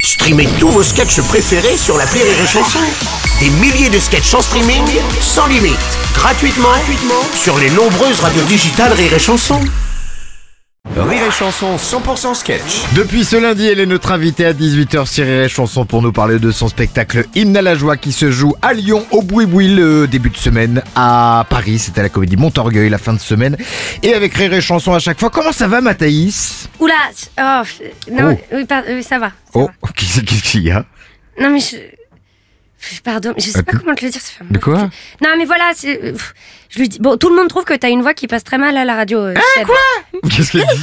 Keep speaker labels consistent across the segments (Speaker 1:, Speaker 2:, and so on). Speaker 1: Streamez tous vos sketchs préférés sur la Rire et Chanson. Des milliers de sketchs en streaming, sans limite, gratuitement, gratuitement sur les nombreuses radios digitales Rire et Chanson. Rire et Chanson 100% sketch.
Speaker 2: Depuis ce lundi, elle est notre invitée à 18h sur Rire et Chanson pour nous parler de son spectacle Hymne à la joie qui se joue à Lyon au Boui-Boui le début de semaine à Paris. C'était à la comédie Montorgueil la fin de semaine. Et avec Rire et Chanson à chaque fois. Comment ça va, Mathaïs
Speaker 3: Oula, je- oh, je- non, oui, par- oui, ça va. ça
Speaker 2: Oh,
Speaker 3: va.
Speaker 2: qu'est-ce qu'est-ce qu'il y a
Speaker 3: Non, mais je. je- Pardon, je sais pas
Speaker 2: Euh,
Speaker 3: comment te le dire. ça fait un
Speaker 2: de quoi
Speaker 3: mauvais truc. Non, mais voilà, c'est- pff, je lui dis. Bon, tout le monde trouve que t'as une voix qui passe très mal à la radio. euh,
Speaker 2: Ah,
Speaker 3: Chad.
Speaker 2: Qu'est-ce qu'elle dit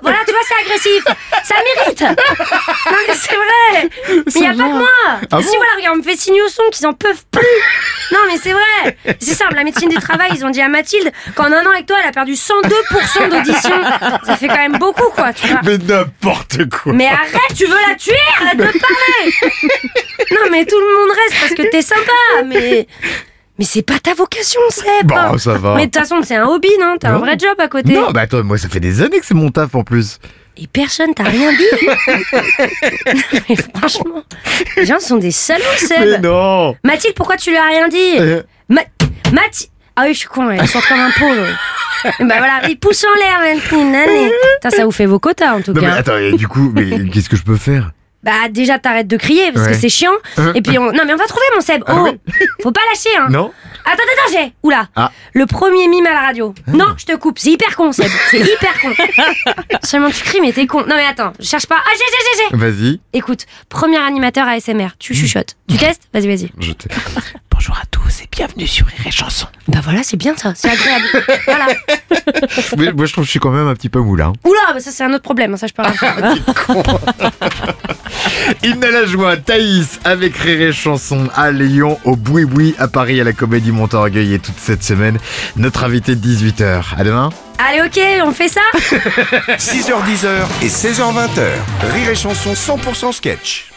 Speaker 3: Voilà, tu vois, c'est agressif. ça mérite. Non, mais c'est vrai. Mais y a pas que moi.
Speaker 2: Ah
Speaker 3: si
Speaker 2: bon
Speaker 3: voilà, regarde, on me fait signe au son qu'ils en peuvent plus. Non, mais c'est vrai. C'est simple, la médecine du travail, ils ont dit à Mathilde qu'en un an avec toi, elle a perdu 102% d'audition. Ça fait quand même beaucoup, quoi, tu vois.
Speaker 2: Mais n'importe quoi
Speaker 3: Mais arrête, tu veux la tuer, arrête de parler Non mais tout le monde reste parce que t'es sympa, mais... Mais c'est pas ta vocation, c'est
Speaker 2: Bon, Bah, ça va.
Speaker 3: Mais de toute façon, c'est un hobby, non T'as un
Speaker 2: Non.
Speaker 3: vrai job à côté.
Speaker 2: Non, bah attends, moi ça fait des années que c'est mon taf en plus.
Speaker 3: Et personne t'a rien dit Non, mais franchement, les gens sont des salauds,
Speaker 2: Mais
Speaker 3: Seb
Speaker 2: non
Speaker 3: Mathilde, pourquoi tu lui as rien dit
Speaker 2: Euh.
Speaker 3: Ma- Mathilde Ah oui, je suis con, elle sort comme un pauvre. Bah voilà, il pousse en l'air, Mathilde, allez. Putain, ça vous fait vos quotas, en tout
Speaker 2: Euh. Non mais
Speaker 3: cas.
Speaker 2: attends, et du coup, mais qu'est-ce que je peux faire
Speaker 3: Bah déjà t'arrêtes de crier parce
Speaker 2: Ouais.
Speaker 3: que c'est chiant.
Speaker 2: Hein
Speaker 3: Et puis on... non mais on va trouver mon Seb. Oh, faut pas lâcher hein.
Speaker 2: Non
Speaker 3: Attends attends j'ai. Oula.
Speaker 2: Ah.
Speaker 3: Le premier mime à la radio. Non je te coupe. C'est hyper con Seb. C'est hyper con. Seulement tu cries mais t'es con. Non mais attends je cherche pas. Ah j'ai j'ai j'ai j'ai.
Speaker 2: Vas-y,
Speaker 3: Écoute premier animateur ASMR.
Speaker 2: Hmm.
Speaker 3: Tu chuchotes. Tu testes. Vas-y vas-y.
Speaker 2: je t'ai...
Speaker 4: Bonjour à tous et bienvenue sur Rire et Chanson.
Speaker 3: Bah voilà c'est bien ça. C'est agréable. voilà.
Speaker 2: Mais moi je trouve que je suis quand même un petit peu moulin.
Speaker 3: Oula bah ça c'est un autre problème. Ça je peux rien faire.
Speaker 2: Hymne à la joie, Thaïs avec Rire et Chanson à Lyon, au Boui-Boui, à Paris, à la Comédie Montorgueil et toute cette semaine. Notre invité de 18h. À demain.
Speaker 3: Allez ok on fait ça.
Speaker 1: 6h10h et 16h20h. Rire et Chanson 100% sketch.